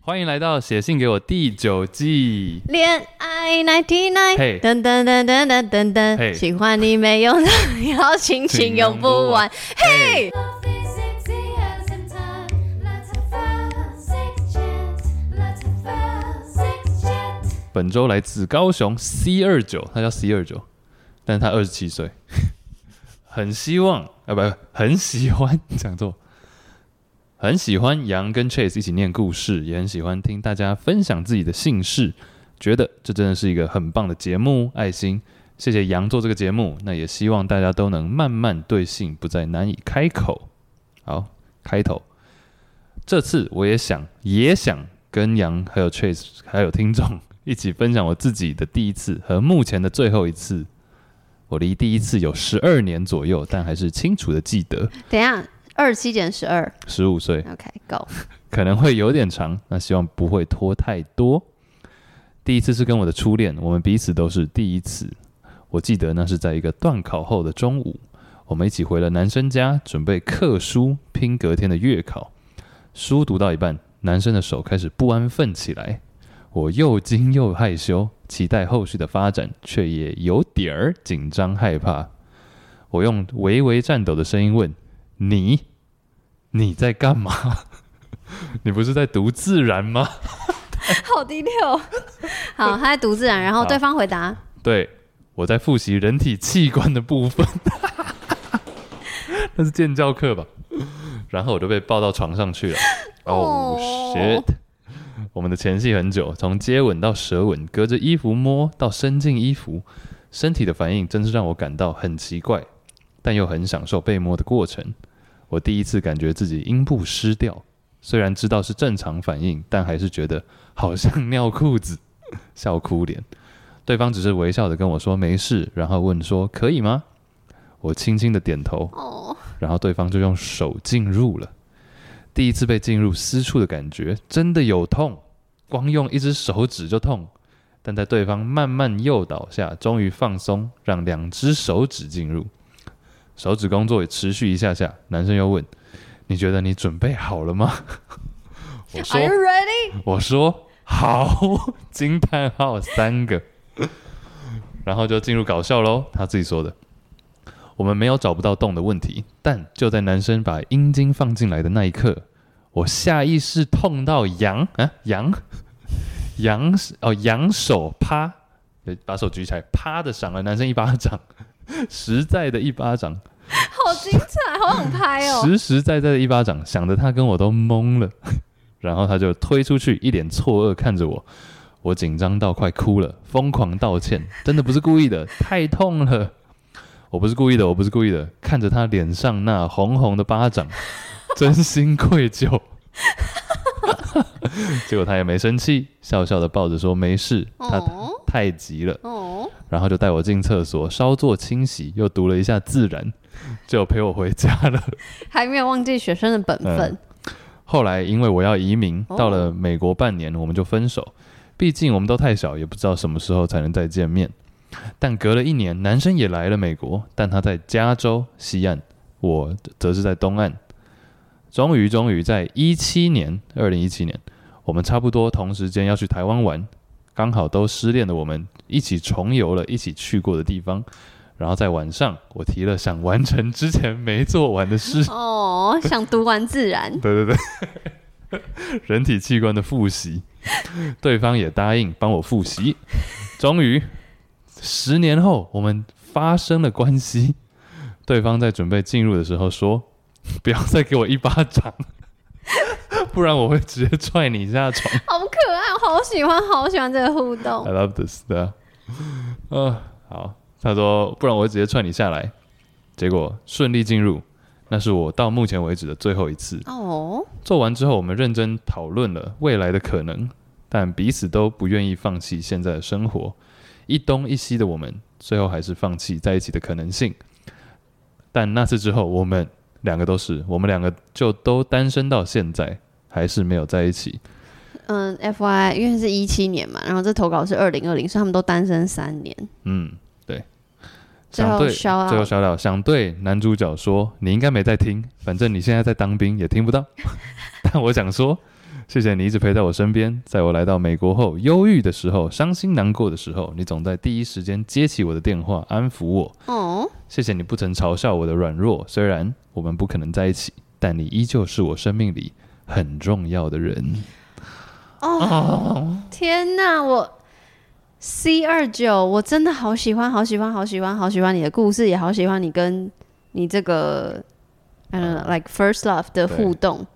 欢迎来到写信给我第九季。恋爱 ninety nine，嘿噔噔噔噔噔噔嘿噔，喜欢你没有理由，心情用不完。嘿， Love is sexy as in time. Let's have a six chance. Let's have a six chance. 本周来自高雄 C 二九，他叫 C 二九，但是他二十七岁， 很希望啊，不，很喜欢， 讲错，很喜欢杨跟 Chase 一起念故事，也很喜欢听大家分享自己的姓氏，觉得这真的是一个很棒的节目，爱心。谢谢杨做这个节目，那也希望大家都能慢慢对性不再难以开口。好，开头，这次我也想也想跟杨还有 Chase 还有听众一起分享我自己的第一次和目前的最后一次。我离第一次有十二年左右，但还是清楚的记得，等一下，二七减十二十五岁，OK，Go。可能会有点长，那希望不会拖太多。第一次是跟我的初恋，我们彼此都是第一次。我记得那是在一个断考后的中午，我们一起回了男生家，准备课书拼隔天的月考。书读到一半，男生的手开始不安分起来，我又惊又害羞，期待后续的发展，却也有点儿紧张害怕。我用微微颤抖的声音问：“你，你在干嘛？”你不是在读自然吗？好低调。 好，他在读自然，然后好对方回答，对，我在复习人体器官的部分， 那是建教课吧？然后我就被抱到床上去了。哦、哦 shit！我们的前戏很久，从接吻到舌吻，隔着衣服摸到伸进衣服，身体的反应真是让我感到很奇怪，但又很享受被摸的过程。我第一次感觉自己阴部湿掉，虽然知道是正常反应，但还是觉得好像尿裤子， 笑哭脸。对方只是微笑的跟我说没事，然后问说可以吗？我轻轻的点头，哦，然后对方就用手进入了。第一次被进入私处的感觉真的有痛，光用一只手指就痛，但在对方慢慢诱导下，终于放松，让两只手指进入。手指工作也持续一下下，男生又问：“你觉得你准备好了吗？”我说 Are you ready？我说好，惊叹号三个，然后就进入搞笑喽。他自己说的，我们没有找不到洞的问题，但就在男生把阴茎放进来的那一刻，我下意识痛到扬啊扬扬哦扬手啪，呃把手举起来，啪的赏了男生一巴掌，实在的一巴掌， 好精彩，好想拍哦。实实在在的一巴掌，想得他跟我都懵了， 然后他就推出去，一脸错愕看着我，我紧张到快哭了，疯狂道歉，真的不是故意的，太痛了， 我不是故意的，我不是故意的，看着他脸上那红红的巴掌，真心愧疚。 结果他也没生气，笑笑的抱着说没事，他哦太急了。哦，然后就带我进厕所稍作清洗，又读了一下自然，就陪我回家了。还没有忘记学生的本分。后来因为我要移民，哦到了美国半年，我们就分手。毕竟我们都太小，也不知道什么时候才能再见面。但隔了一年，男生也来了美国，但他在加州西岸，我则是在东岸。终于，终于在一七年，二零一七年，我们差不多同时间要去台湾玩，刚好都失恋的我们一起重游了一起去过的地方。然后在晚上，我提了想完成之前没做完的事，，哦，想读完自然 对对对，人体器官的复习，对方也答应帮我复习。终于，十年后我们发生了关系。对方在准备进入的时候说：“不要再给我一巴掌， 不然我会直接踹你下床。”好可爱，好喜欢，好喜欢这个互动 I。love this，对啊，嗯、好，他说不然我会直接踹你下来，结果顺利进入，那是我到目前为止的最后一次。哦，做完之后，我们认真讨论了未来的可能，但彼此都不愿意放弃现在的生活。一东一西的我们，最后还是放弃在一起的可能性。但那次之后，我们两个都是，我们两个就都单身到现在，还是没有在一起。嗯，F Y，因为是一七年嘛，然后这投稿是二零二零，所以他们都单身三年。嗯，对。最后想对， shout out 最后小了，想对男主 角说，你应该没在听，反正你现在在当兵也听不到。但我想说，谢谢你一直陪在我身边，在我来到美国后，忧郁的时候、伤心难过的时候，你总在第一时间接起我的电话，安抚我。哦，谢谢你不曾嘲笑我的软弱，虽然我们不可能在一起，但你依旧是我生命里很重要的人。哦 天哪，我 C 二九，我真的好喜欢，好喜欢，好喜欢，好喜欢你的故事，也好喜欢你跟你这个 I don't know like first love 的对互动，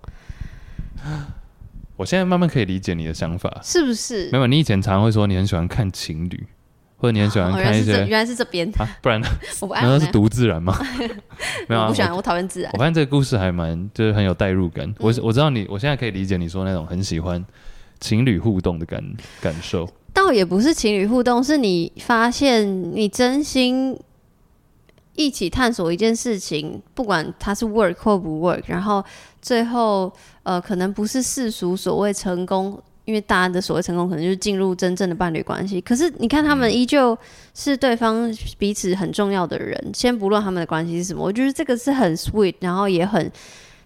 我现在慢慢可以理解你的想法，是不是没？有，你以前常会说你很喜欢看情侣，或者你很喜欢哦，原看来一是这，些、原来是这边，啊，不然呢我不爱难道我是读自然吗？ 没有、啊，我不喜欢，我我讨厌自然我。发现这个故事还蛮就是很有代入感。我嗯我知道你，我现在可以理解你说那种很喜欢情侣互动的感感受。倒也不是情侣互动，是你发现你真心一起探索一件事情，不管它是 work 或不 work，然后最后呃，可能不是世俗所谓成功，因为大家的所谓成功可能就是进入真正的伴侣关系。可是你看，他们依旧是对方彼此很重要的人，先不论他们的关系是什么，我觉得这个是很 sweet，然后也很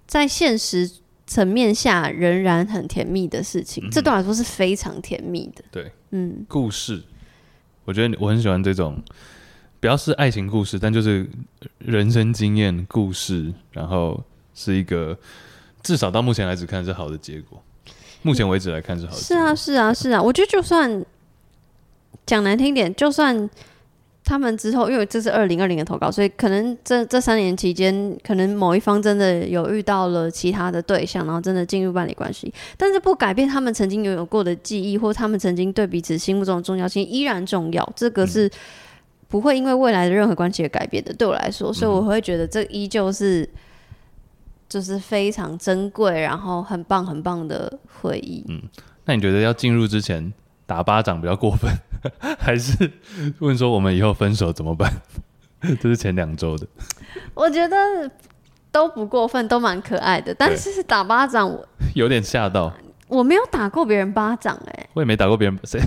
在现实。层面下仍然很甜蜜的事情，这对我来说是非常甜蜜的。对，嗯，故事，我觉得我很喜欢这种，不要是爱情故事，但就是人生经验故事，然后是一个至少到目前来只看是好的结果。目前为止来看是好的结是果，啊，是啊，是啊。我觉得就算讲难听点，就算他们之后，因为这是二零二零的投稿，所以可能这这三年期间，可能某一方真的有遇到了其他的对象，然后真的进入伴侣关系，但是不改变他们曾经拥有过的记忆，或他们曾经对彼此心目中的重要性依然重要。这个嗯是不会因为未来的任何关系而改变的。对我来说，所以嗯我会觉得这依旧是。就是非常珍贵，然后很棒很棒的回忆。那你觉得要进入之前打巴掌比较过分，还是问说我们以后分手怎么办？这是前两周的，我觉得都不过分，都蛮可爱的。但是打巴掌，我有点吓到，我没有打过别人巴掌、欸，我也没打过别人，谁？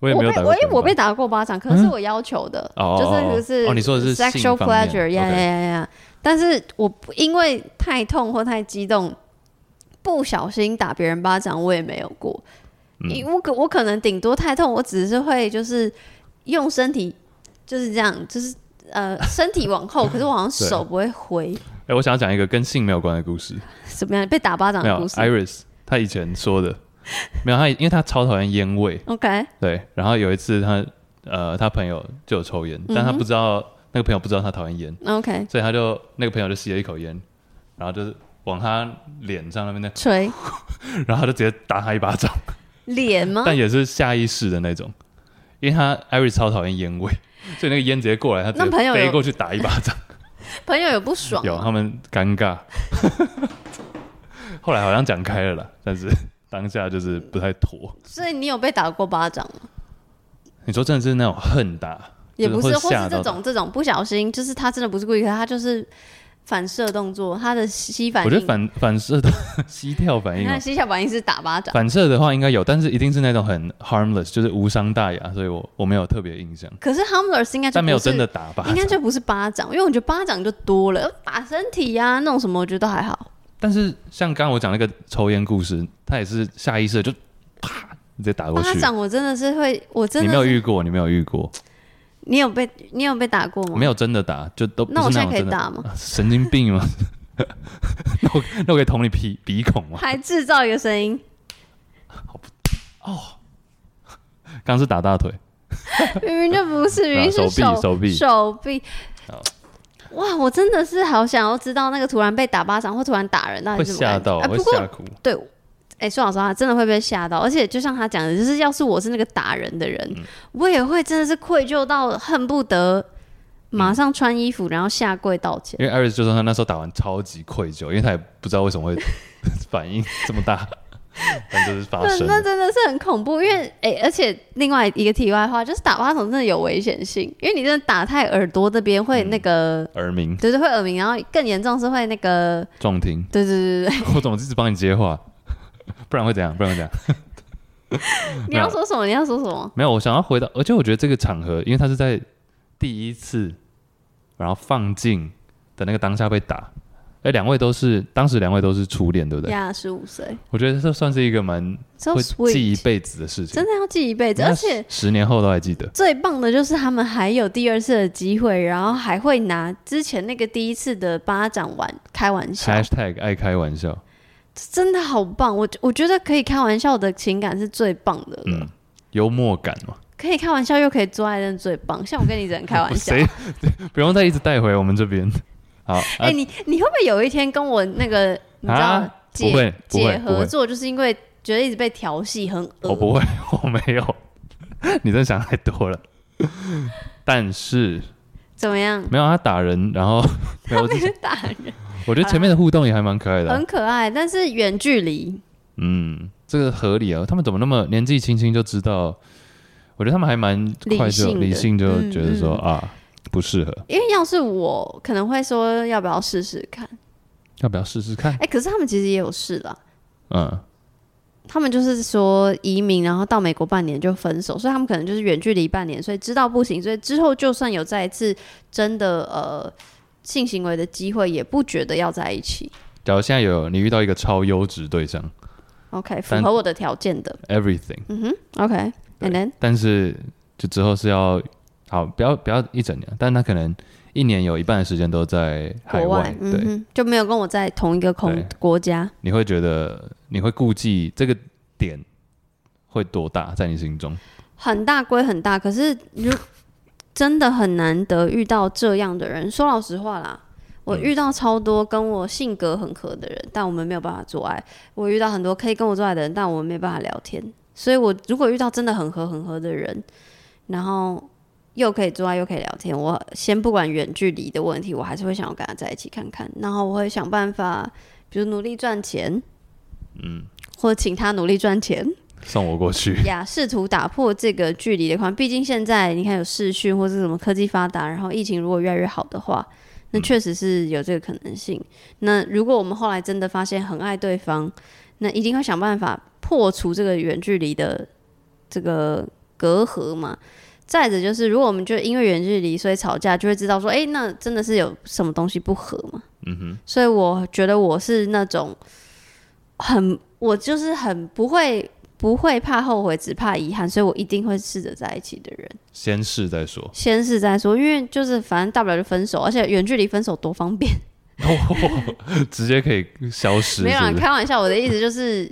我也没有打被过我别人巴嗯我被打过巴掌，可是我要求的，哦就是哦哦可是哦你说的是性 sexual 方面 pleasure，呀呀 OK 呀呀！但是我不因为太痛或太激动。不小心打别人巴掌，我也没有过。嗯你我可我可能顶多太痛，我只是会就是用身体就是这样，就是呃身体往 后，可是我好像对手不会挥，哎、我想要讲一个跟性没有关的故事。怎么样？被打巴掌没的有嗯故事。 ，Iris 她以前说的，没有她，因为她超讨厌烟味， OK，对。然后有一次她呃，她朋友就有抽烟，但她嗯不知道、那个朋友不知道她讨厌烟， OK，所以她就那个朋友就吸了一口烟，然后就是往她脸上那边的，捶然后她就直接打她一巴掌，脸吗？但也是下意识的那种，因为她 Iris 超讨厌烟味， 所以那个烟直接过来，她直那朋接友有飞过去打一巴 掌，朋友有不爽有吗？他们尴尬。 后来好像讲开了啦，但是 当下就是不太妥。所以你有被打过巴掌吗？你说真的是那种恨打，也不就是，是或会吓是到这种这种不小心，就是他真的不是故意，可是他就是反射动作，他的吸反我应。觉得反反射的 膝跳反你应、看哦，吸小反应是打巴掌。反射的话应该有，但是一定是那种很 harmless，就是无伤大雅，所以我我没有特别印象，可是 Humblers 应该就但没有不是真的，打吧应。该就不是巴掌，因为我觉得巴掌就多了，哦打身体呀、那种什么，我觉得都还好。但是像刚刚我讲那个抽烟故事，他也是下意识地就啪直接打过巴去。掌我真的是会，我真你的没有是遇过，你没有遇过，你有被你有被打过吗？没有真的打，就都不是那我现在种可以真的打吗？神经病吗？ 那我那我可以捅你鼻鼻孔吗？还制造一个声音，刚刚是打大腿，啊明明就不是，明明手是臂手臂手臂好。哇，我真的是好想要知道那个突然被打巴掌或突然打人到会底是什么吓感觉。到，哎会不过吓哭。对，哎、说老实话，真的会被吓到。而且就像他讲的，就是要是我是那个打人的人，嗯我也会真的是愧疚到恨不得马上穿衣服，然后下跪道歉。因为 Iris 就说他那时候打完超级愧疚，因为他也不知道为什么会 反应这么大， 但就是嗯发那生那了。真的是很恐怖，因为哎、而且另外一个题外话就是打巴掌真的有危险性，因为你真的打太耳朵这边会那个，耳鸣对对，会耳鸣，然后更严重是会那个，重听，对对对对我怎么一直帮你接话？不然会怎样？不然会怎样？ 你要说什么？你要说什么？没有，我想要回到，而且我觉得这个场合，因为他是在第一次，然后放进的那个当下被打，哎，两位都是当时两位都是初恋，对不对呀，十五岁我觉得这算是一个蛮，so 会记一 sweet，辈子的事情真，的要记一辈子，而且那十年后都还记得。最棒的就是他们还有第二次的机会，然后还会拿之前那个第一次的巴掌玩开玩笑， #hashtag 爱开玩笑，真的好棒！我我觉得可以开玩笑的情感是最棒的了，嗯，幽默感嘛，可以开玩笑又可以做爱，真的最棒。像我跟你只能开玩笑。谁 不用再一直带回我们这 边。好，哎、啊你你会不会有一天跟我那个你知道啊不姐、会不姐会不合会，作，就是因为觉得一直被调戏很恶、我不会， 我没有，你真的想太多了。但是怎么样？ 没有他打人，然后 没有，我被只是打人我觉得前面的互动也还蛮可爱的啊、很可爱，但是远距离嗯，这个合理啊。他们怎么那么年纪轻轻就知道？我觉得他们还蛮快就理性的理性就觉得说、嗯啊不适合，因为要是我可能会说要不要试试看，要不要试试看哎、？可是他们其实也有试了，嗯，他们就是说移民，然后到美国半年就分手，所以他们可能就是远距离半年，所以知道不行，所以之后就算有再一次真的呃性行为的机会，也不觉得要在一起。假如现在有你遇到一个超优质对象 OK，符但合我的条件的。 ，everything，嗯哼，OK，and、对 then 但是就之后是要好，不要不要一整年，但他可能一年有一半的时间都在海国外，嗯对，哼，就没有跟我在同一个空对国家。你会觉得你会顾忌这个点会多大在你心中？很大归很大，可是如真的很难得遇到这样的人。说老实话啦，我嗯遇到超多跟我性格很合的人，但我们没有办法做爱；我遇到很多可以跟我做爱的人，但我们没办法聊天。所以我如果遇到真的很合很合的人，然后又可以做爱又可以聊天，我先不管远距离的问题，我还是会想要跟他在一起看看。然后我会想办法，比如努力赚钱，嗯，或者请他努力赚钱。送我过去，呀，试图打破这个距离的框。毕竟现在你看有视讯或是什么科技发达，然后疫情如果越来越好的话，嗯那确实是有这个可能性。那如果我们后来真的发现很爱对方，那一定会想办法破除这个远距离的这个隔阂嘛。再者就是，如果我们就因为远距离所以吵架，就会知道说，诶，那真的是有什么东西不合嘛。嗯哼，所以我觉得我是那种很，我就是很不会不会怕后悔，只怕遗憾，所以我一定会试着在一起的人。先试再说。先试再说，因为就是反正大不了就分手，而且远距离分手多方便。直接可以消失，没有啊是啦，不是开玩笑，我的意思就是，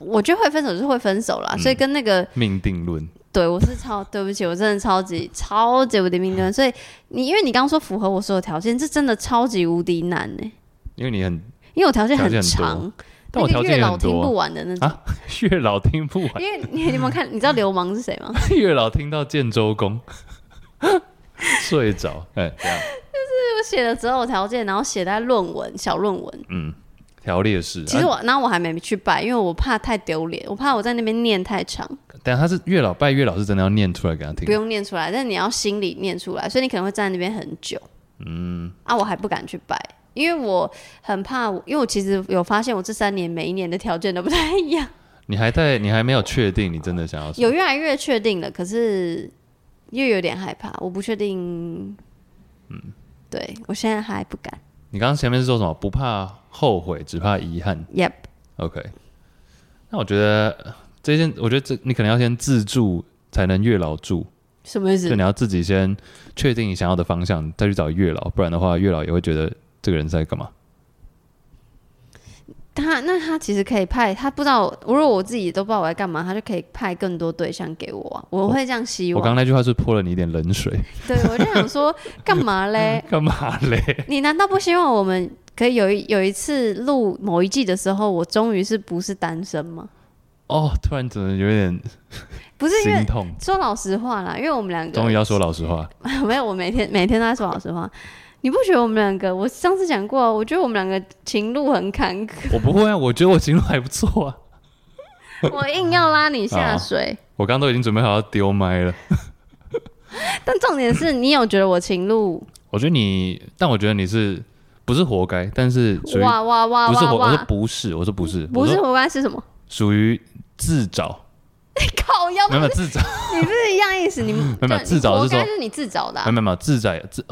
我觉得会分手就是会分手嗯啦，所以跟那个命定论。对，我是超对不起，我真的超级超级无敌命运，所以你因为你刚刚说符合我所有条件，这真的超级无敌难呢、因为你很， 因为我条件很条件很多长，但我那条个件月也老很听不多完的那种。啊，月老听不 完，因为你你有没有看？你知道流氓是谁吗？ 月老听到建州公 睡着，哎，这样，就写了择偶条件，然后写在论文小论文。嗯，条列式。其实啊，我，然后我还没去拜，因为我怕太丢脸，我怕我在那边念太长，但他是月老拜月老是真的要念出来给他不听，用念出来，但你要心里念出来，所以你可能会站在那边很久。嗯，啊，我还不敢去拜，因为我很怕我，因为我其实有发现我这三年每一年的条件都不太一 样，你还在，你还没有确定你真的想要什么有越来越确定了，可是又有点害怕，我不确定。嗯，对我现在还不敢。你刚刚前面是说什么？不怕后悔，只怕遗憾。 Yep， OK，那我觉得呃这件，我觉得这你可能要先自助才能月老助，什么意思就？你要自己先确定你想要的方向，再去找月老，不然的话，月老也会觉得这个人在干嘛。他那他其实可以派，他不知道，如果我自己都不知道我在干嘛，他就可以派更多对象给我啊、我会这样希我望。刚刚那句话是泼了你一点冷水，对，我就想说，干嘛嘞？干嘛嘞？你难道不希望我们可以有一有一次录某一季的时候，我终于是不是单身吗？哦，突然怎么有点不是因心为痛？说老实话啦，因为我们两个终于要说老实话， 没有，我每天每天都在说老实话。你不觉得我们两个？我上次讲过啊，我觉得我们两个情路很坎坷， 我不会啊，我觉得我情路还不错啊，我硬要拉你下好水。我刚刚都已经准备好要丢麦了。但重点是你有觉得我情路我觉得你，但我觉得你是不是活该？但是属于哇哇哇不是哇活，我说哇？不是，我说不是，不我是说活该是什么？属于自找。靠靠腰，没有没有自找，你不是一样意思？你没 有没有自找是活说该是你自找的啊、没有没有自找自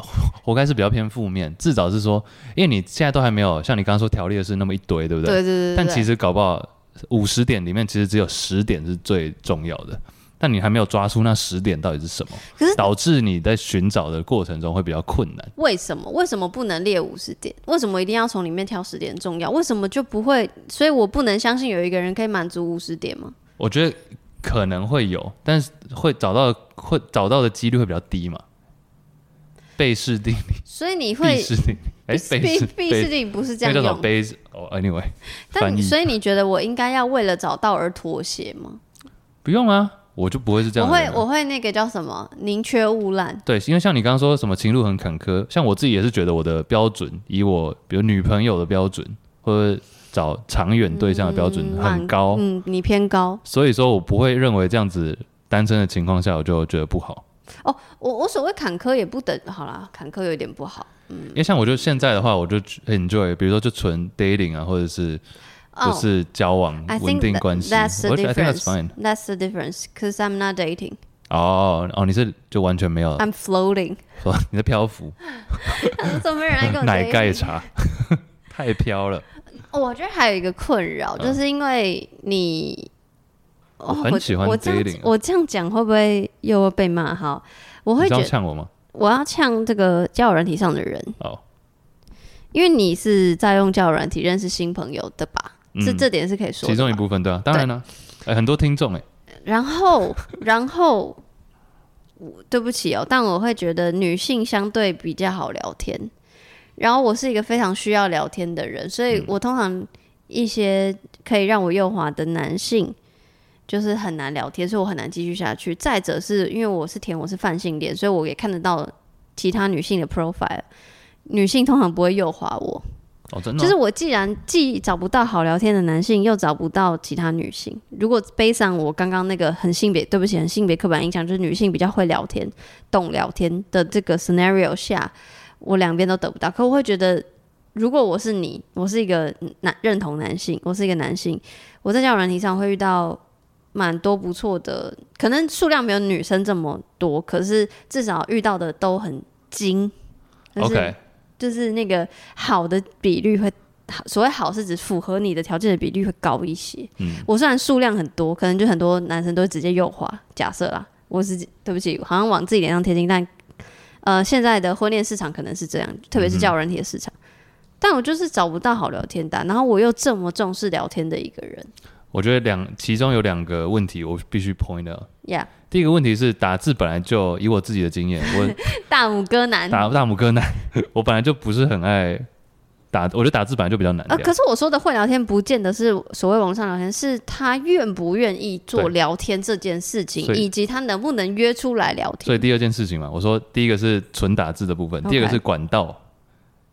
活该是比较偏负面，自找是说，因为你现在都还没有像你刚刚说条例的是那么一堆，对不对对对对，但其实实搞不好五十点里面，其实只有十点是最重要的，但你还没有抓出那十点到底是什么可是，导致你在寻找的过程中会比较困难。为什么为什么不能列五十点？为什么一定要从里面挑十点重要？为什么就不会？所以我不能相信有一个人可以满足五十点吗？我觉得可能会有，但是会找到会找到的几率会比较低嘛。被试定理，所以你被会试定理，哎，被必试必被是你不是这那叫样什用么，杯子？哦，anyway，但翻你译所以你觉得我应该要为了找到而妥协吗？不用啊，我就不会是这我样的人会啊。我会那个叫什么宁缺毋滥，对，因为像你刚刚说什么情路很坎坷，像我自己也是觉得我的标准，以我比如女朋友的标准，或者找长远对象的标准嗯很高，嗯，你偏高。所以说我不会认为这样子单身的情况下我就觉得不好。哦，我我所谓坎坷也不等，好啦，坎坷有点不好。因为像我就现在的话，我就哎 enjoy，比如说就纯 dating 啊，或者是哦、不是交往 I 稳 think 定 that- 关系， that's the 我觉得 I think that's difference. fine。 That's the difference, cause I'm not dating. 哦哦，你是就完全没有 I'm floating. 说你在漂 浮，啊怎么没有人来 跟我奶 dating？盖 茶太飘了。哦我觉得还有一个困扰，就是因为嗯你，哦我很喜欢我这样 dating 啊我这样讲会不会又会被骂？哈，我你会知觉道得呛我吗？我要呛这个交友软体上的人，哦，因为你是在用交友软体认识新朋友的吧？这嗯这点是可以说的吧。其中一部分对啊，当然了、哎很多听众哎、然后，然后，我对不起哦，但我会觉得女性相对比较好聊天。然后我是一个非常需要聊天的人，所以我通常一些可以让我右滑的男性，就是很难聊天，所以我很难继续下去。再者是因为我是甜，我是泛性恋，所以我也看得到其他女性的 profile。女性通常不会右滑我，哦真的就哦、是我既然既找不到好聊天的男性，又找不到其他女性。如果背上我刚刚那个很性别，对不起，很性别刻板印象，就是女性比较会聊天、懂聊天的这个 scenario 下，我两边都得不到。可我会觉得，如果我是你，我是一个男认同男性，我是一个男性，我在交友软体上会遇到蛮多不错的，可能数量没有女生这么多，可是至少遇到的都很精。就是 OK，就是那个好的比率会，所谓好是指符合你的条件的比率会高一些。嗯我虽然数量很多，可能就很多男生都会直接右滑，假设啦，我是对不起，好像往自己脸上贴金，但呃，现在的婚恋市场可能是这样，特别是交友软体的市场。但我就是找不到好聊天的啊、然后我又这么重视聊天的一个人我觉得两其中有两个问题我必须 point out。呀第一个问题是打字本来就以我自己的经验， 我大拇哥男打大拇哥难， 我本来就不是很爱打，我觉得打字本来就比较难呃，聊。可是我说的会聊天，不见得是所谓网上聊天，是他愿不愿意做对聊天这件事情，所以以及他能不能约出来聊所以天。第二件事情嘛，我说第一个是纯打字的部分， OK 第二个是管道，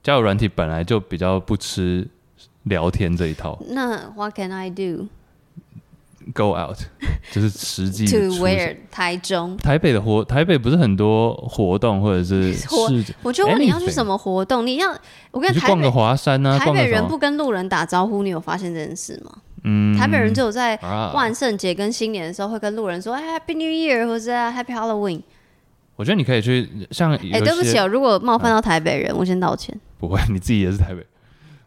交友软体本来就比较不吃聊天这一套那 What can I do ，go out 就是实际嗯 to 出现 where 台中？台北的活，台北不是很多活动或者是 活是我就问你要去 Anything 什么活动？你要我跟你你去台逛北个华山啊，台逛个北什人么？不跟路人打招呼，你有发现这件事吗？嗯台北人只有在啊，万圣节跟新年的时候会跟路人说、哎 Happy New Year 或者是啊 Happy Halloween。我觉得你可以去像有哎、对不些嗯起哦，如果冒犯到台北人，我先道歉。不会，你自己也是台北。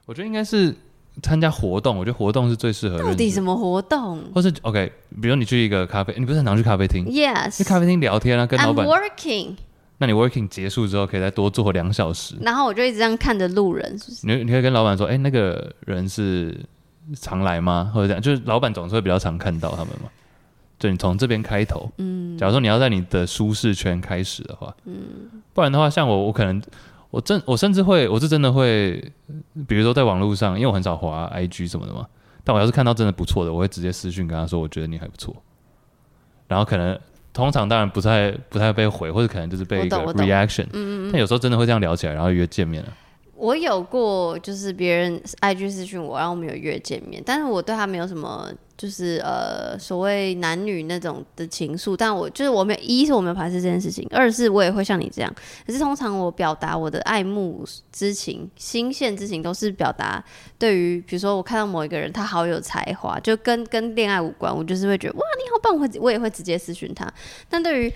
我觉得应该是参加活动，我觉得活动是最适合到认底识。什么活动或是 OK，比如你去一个咖啡，你不是很常去咖啡厅？去？Yes，I'm 咖啡厅聊天啊，跟老板。 working。那你 working 结束之后，可以再多坐两小时。然后我就一直这样看着路人，是不是你你可以跟老板说，哎、那个人是常来吗？或者这样，就是老板总是会比较常看到他们嘛。就你从这边开头，嗯，假如说你要在你的舒适圈开始的话，嗯，不然的话，像我，我可能我真我甚至会，我是真的会，比如说在网络上，因为我很少滑 IG 什么的嘛，但我要是看到真的不错的，我会直接私讯跟他说，我觉得你还不错，然后可能。通常当然不太不太被回，或者可能就是被一个我懂我懂 reaction，嗯嗯但有时候真的会这样聊起来，然后约见面了。啊我有过，就是别人 IG 私讯我，然后我们有约见面，但是我对他没有什么就是呃所谓男女那种的情愫，但我就是我没有一是我没有排斥这件事情，二是我也会像你这样，可是通常我表达我的爱慕之情、心羡之情，都是表达对于比如说我看到某一个人他好有才华，就跟跟恋爱无关，我就是会觉得哇你好棒，我会我也会直接私讯他，但对于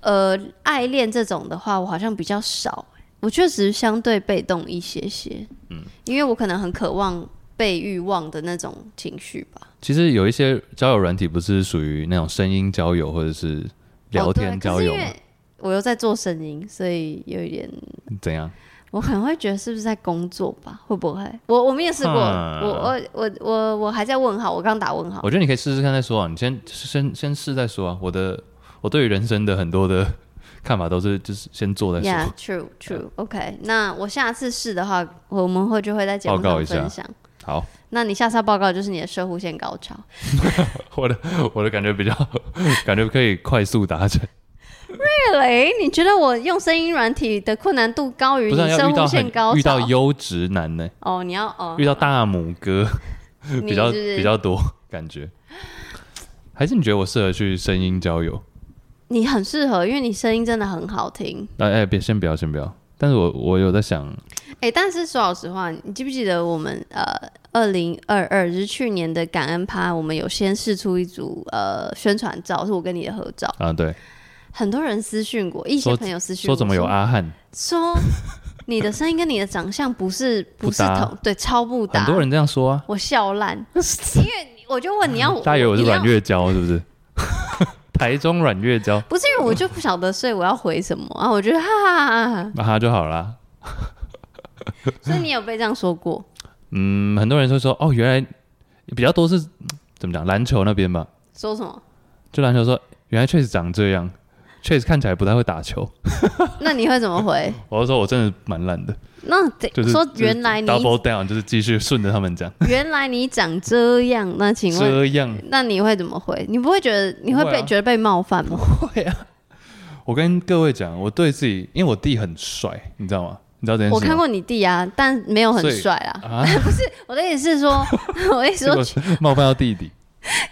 呃爱恋这种的话，我好像比较少，我确实相对被动一些些，嗯，因为我可能很渴望被欲望的那种情绪吧。其实有一些交友软体不是属于那种声音交友或者是聊天交友哦对可是因吗？为我又在做声音，所以有一点，怎样？我啊可能会觉得是不是在工作吧？会不会？我我没有试过，嗯我我我我我还在问号，我刚打问号我。觉得你可以试试看再说啊，你先先先试再说啊。我的我对于人生的很多的看法都是就是先做再说。 Yeah, true, true. OK，那我下次试的话，我们会就会在节目报告上一下分享。好， 那你下次要报告就是你的射护线高潮。我的我的感觉比较 感觉可以快速达成，对雷，你觉得我用声音软体的困难度高于不是啊、你要射遇护到 线高很遇潮到？优质男呢、哦，你要哦，遇到大拇哥比较你是比较多感觉，还是你觉得我适合去声音交友？你很适合，因为你声音真的很好听。哎、哎，别先不要先不要，但是我我有在想，哎、但是说老实话，你记不记得我们呃，二零二二就是去年的感恩趴，我们有先试出一组呃宣传照，是我跟你的合照，啊，对，很多人私讯过，一些说朋友私讯说怎么有啊？阿汉，说你的声音跟你的长相不是 不不是搭同，对，超不搭。很多人这样说啊，我笑烂， 因为我就问你要，大家以为我是你要阮月娇是不 是？台中阮月娇，不是因为我就不晓得，所以我要回什么啊？我觉得哈哈哈哈，那、他啊就好啦。所以你有被这样说过？嗯，很多人都说哦，原来比较多是怎么讲篮球那边吧，说什么？就篮球说原来确实长这样，确实看起来不太会打球。那你会怎 么回？我就说我真的蛮烂的，那得就是说原哎来你就是 double down 就是继续顺着他们讲，原来你长这样，那请问，嗯这样那你会怎么回？你不会觉得你会不被、会啊觉得被冒犯吗？会啊。我跟各位讲，我对自己，因为我弟很帅，你知道吗？你知道这件事吗？我看过你弟啊，但没有很帅啊。 啊，我的意思是说， 我的意思结说果，冒犯到弟弟。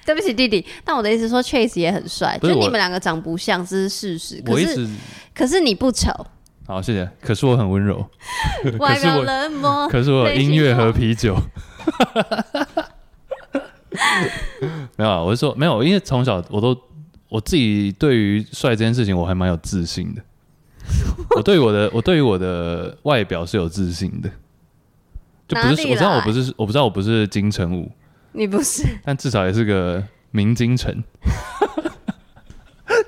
对不起弟弟，但我的意思是说，Chase 也很帅，不就是你我们两个长不像，这是事实。可我一是直可是你 不丑，好，谢谢。可是我很温柔，哦外是表我冷漠。可是我有音乐和啤酒。 没有啊，我是说没有，因为从小我都我自己对于帅这件事情我还蛮有自信 的。我对于我的我对于我的外表是有自信的，就不哪是里我知道我来不是我不知道我不是金城武， 你不是但至少也是个明金城。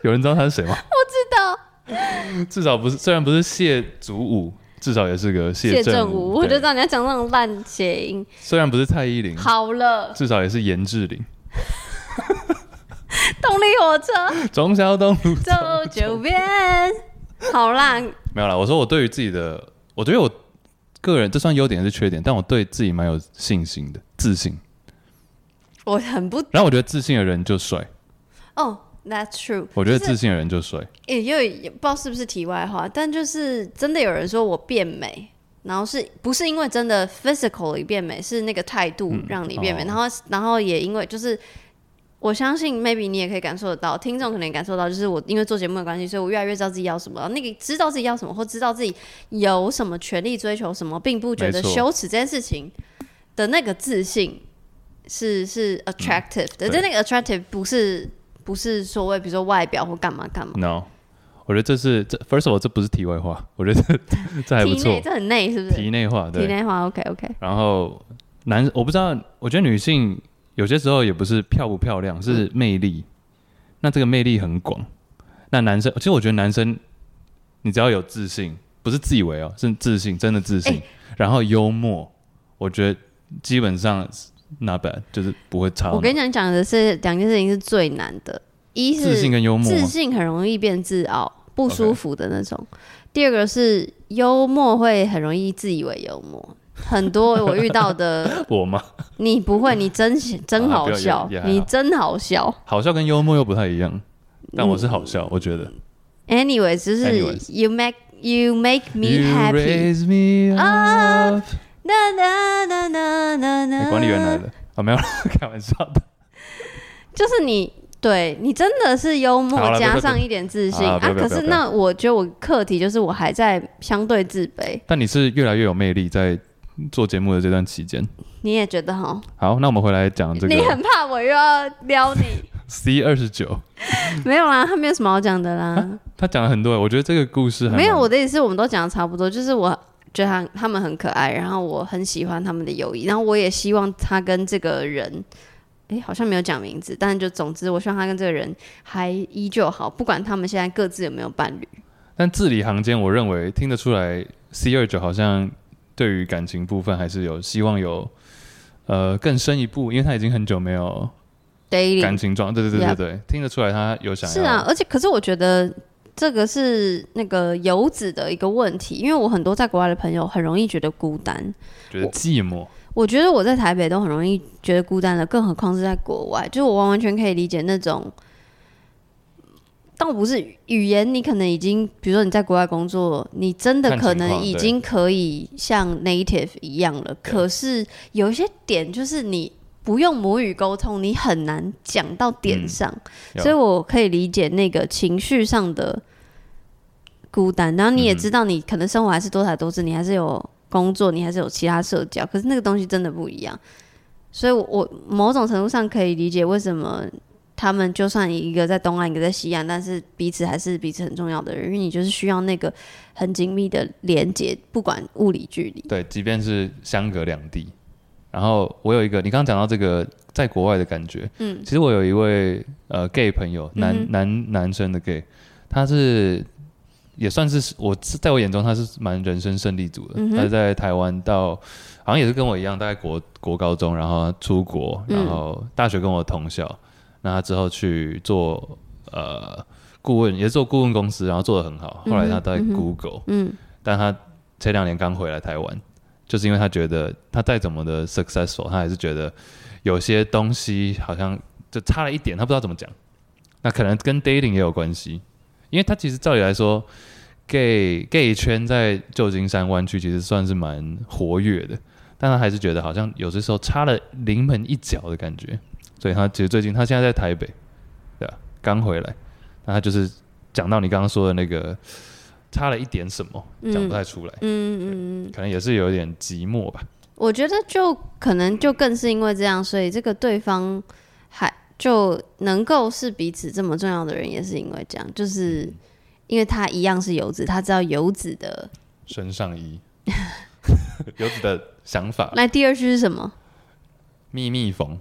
有人知道他是谁吗？我知道，至少不是，虽然不是谢祖武，至少也是个谢正振武，我就对知道你要讲那种烂谐音。虽然不是蔡依林，好了，至少也是严志玲。 动力火车钟晓东走九遍。好啦，没有啦，我说我对于自己的，我觉得我个人这算优点还是缺点，但我对自己蛮有信心的，自信。我很不然后我觉得自信的人就帅，哦、That's true。我觉得就是自信的人就帅。也也有也不知道是不是题外话，但就是真的有人说我变美，然后是不是因为真的 physically 变美，是那个态度让你变美，哦然后然后也因为就是。我相信，maybe 你也可以感受得到，听众可能也感受到，就是我因为做节目的关系，所以我越来越知道自己要什么。那个知道自己要什么，或知道自己有什么权利追求什么，并不觉没得错羞耻这件事情的那个自信是是 attractive 对的，但那个 attractive 不是不是所谓比如说外表或干嘛干嘛， No，我觉得这是这 first of all 这不是题外话，我觉得这这还不体内错，这很内是不是？题内话体对。内话 OK OK，然后男，我不知道，我觉得女性有些时候也不是漂不漂嗯亮，是魅力。那这个魅力很广。那男生，其实我觉得男生，你只要有自信，不是自以为哦，是自信，真的自信。哎然后幽默，我觉得基本上 not bad，就是不会差到哪。我跟你讲，讲的是两件事情是最难的，一是自信跟幽默自吗，信很容易变自傲，不舒服的那种；第二个是幽默会很容易自以为幽默。很多我遇到的，我吗？你不会，你真真啊好不要笑也也，还好你真好笑。好笑跟幽默又不太一样，但我是好笑，嗯我觉得。 Anyway，就是 Anyways you make you make me You happy。Ah. raise me up， na na na na na 哎 na。哦 管理员来了啊，没有啦，开玩笑的。就是你对你真的是幽默好了加不要上一点自信啊不要不要可不要是不要那我觉得我课题就是我还在相对自卑，但你是越来越有魅力，在做节目的这段期间。你也觉得哈、好，那我们回来讲这你个很怕我又要 撩你， C 二十九，没有啦，他没有什么好讲的啦， 他讲了很多，我觉得这个故事还蛮没有我的意思，我们都讲的差不多，就是我。觉得他他们很可爱，然后我很喜欢他们的友谊，然后我也希望他跟这个人，诶，好像没有讲名字，但就总之，我希望他跟这个人还依旧好，不管他们现在各自有没有伴侣。但字里行间，我认为听得出来，C 二九好像对于感情部分还是有希望有呃更深一步，因为他已经很久没有 daily 感情状，对对对对对，听得出来他有想要啊是啊，，而且可是我觉得这个是那个游子的一个问题，因为我很多在国外的朋友很容易觉得孤单，觉得寂寞，我觉得我在台北都很容易觉得孤单了，更何况是在国外，就是我完完全可以理解那种。倒不是语言，你可能已经，比如说你在国外工作，你真的看情可况能已经可以像 native 一样了。对可是有一些点，就是你不用母语沟通，你很难讲到点嗯上。有所以我可以理解那个情绪上的孤单。然后你也嗯知道，你可能生活还是多才多姿，你还是有工作，你还是有其他社交，可是那个东西真的不一样。所以我，我某种程度上可以理解为什么他们就算一个在东岸，一个在西岸，但是彼此还是彼此很重要的人，因为你就是需要那个很紧密的连接，不管物理距离。对，即便是相隔两地。然后我有一个，你刚刚讲到这个在国外的感觉，嗯其实我有一位呃 gay 朋友，男、嗯哼男男生的 gay，他是也算是我在我眼中他是蛮人生胜利组的。嗯哼他在台湾到好像也是跟我一样，大概国国高中，然后出国，嗯然后大学跟我同校，那他之后去做呃顾问，也是做顾问公司，然后做的很好。后来他在嗯哼嗯哼 Google，、嗯但他前两年刚回来台湾，就是因为他觉得他再怎么的 successful，他还是觉得有些东西好像就差了一点，他不知道怎么讲。那可能跟 dating 也有关系，因为他其实照理来说，gay gay 圈在旧金山湾区其实算是蛮活跃的，但他还是觉得好像有些时候差了临门一脚的感觉，所以他其实最近他现在在台北，对吧、刚回来，那他就是讲到你刚刚说的那个差了一点什么，讲不太出来，嗯嗯嗯。可能也是有一点寂寞吧。我觉得就可能就更是因为这样，所以这个对方还就能够是彼此这么重要的人，也是因为这样，就是因为他一样是游子，他知道游子的。身上衣， 游子的想法，那第二句是什么？秘密缝，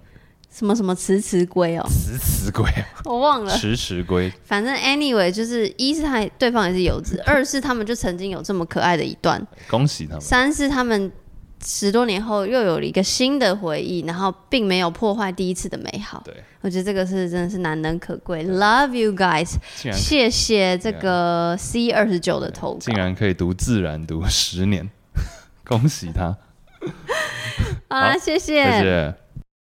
什么什么迟迟归哦，迟迟归， 啊我忘了。迟迟归，反正 anyway，就是一是他对方也是游 子，二是他们就曾经有这么可爱的一段，恭喜他们。三是他们十多年后又有了一个新的回忆，然后并没有破坏第一次的美好。对，我觉得这个是真的是难能可贵，love you guys。竟然谢谢这个 C 二十九的投竟稿然可以读自然 读十年，恭喜他，啊，好谢谢谢。谢。